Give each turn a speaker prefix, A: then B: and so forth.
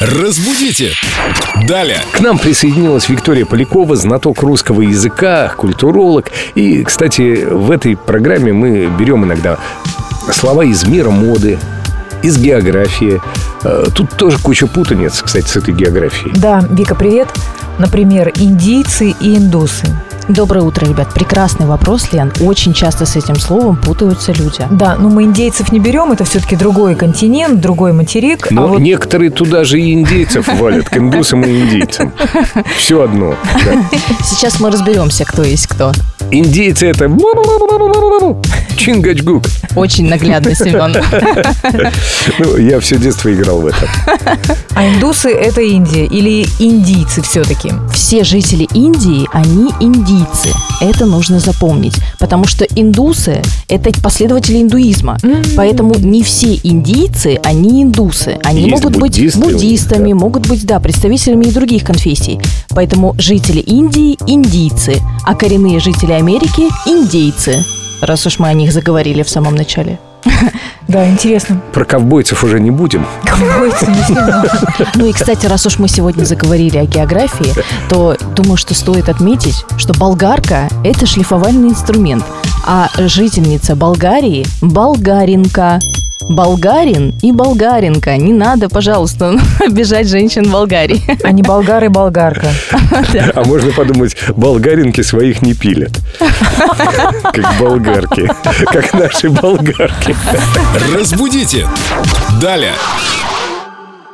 A: Разбудите! Далее!
B: К нам присоединилась Виктория Полякова, знаток русского языка, культуролог. И, кстати, в этой программе мы берем иногда слова из мира моды, из географии. Э, Тут тоже куча путаниц, кстати, с этой географией.
C: Да, Вика, привет. Например, индийцы и индусы.
D: Доброе утро, ребят. Прекрасный вопрос, Лен. Очень часто с этим словом путаются люди.
C: Да, но мы индейцев не берем, это все-таки другой континент, другой материк.
B: Но
C: а вот
B: некоторые туда же и индейцев валят, к индусам и индейцам. Все одно. да.
D: Сейчас мы разберемся, кто есть кто.
B: Индейцы это... Чингачгук.
D: Очень наглядно, Семен.
B: Ну, я все детство играл в это.
C: А индусы – это Индия или индийцы все-таки?
D: Все жители Индии, они индийцы. Это нужно запомнить. Потому что индусы – это последователи индуизма. Поэтому не все индийцы, они индусы. Они
B: Есть
D: могут быть
B: буддисты у них,
D: буддистами,
B: да.
D: могут быть, да, представителями и других конфессий. Поэтому жители Индии – индийцы, а коренные жители Америки – индейцы. Раз уж мы о них заговорили в самом начале.
C: Да, интересно.
B: Про ковбойцев уже не будем.
C: Ковбойцы не сильно.
D: Ну и, кстати, раз уж мы сегодня заговорили о географии, то думаю, что стоит отметить, что болгарка – это шлифовальный инструмент, а жительница Болгарии – болгаринка. Болгарин и болгаринка. Не надо, пожалуйста, обижать женщин Болгарии.
C: А не болгар и болгарка.
B: А можно подумать, болгаринки своих не пилят. Как болгарки. Как наши болгарки.
A: Разбудите! Далее!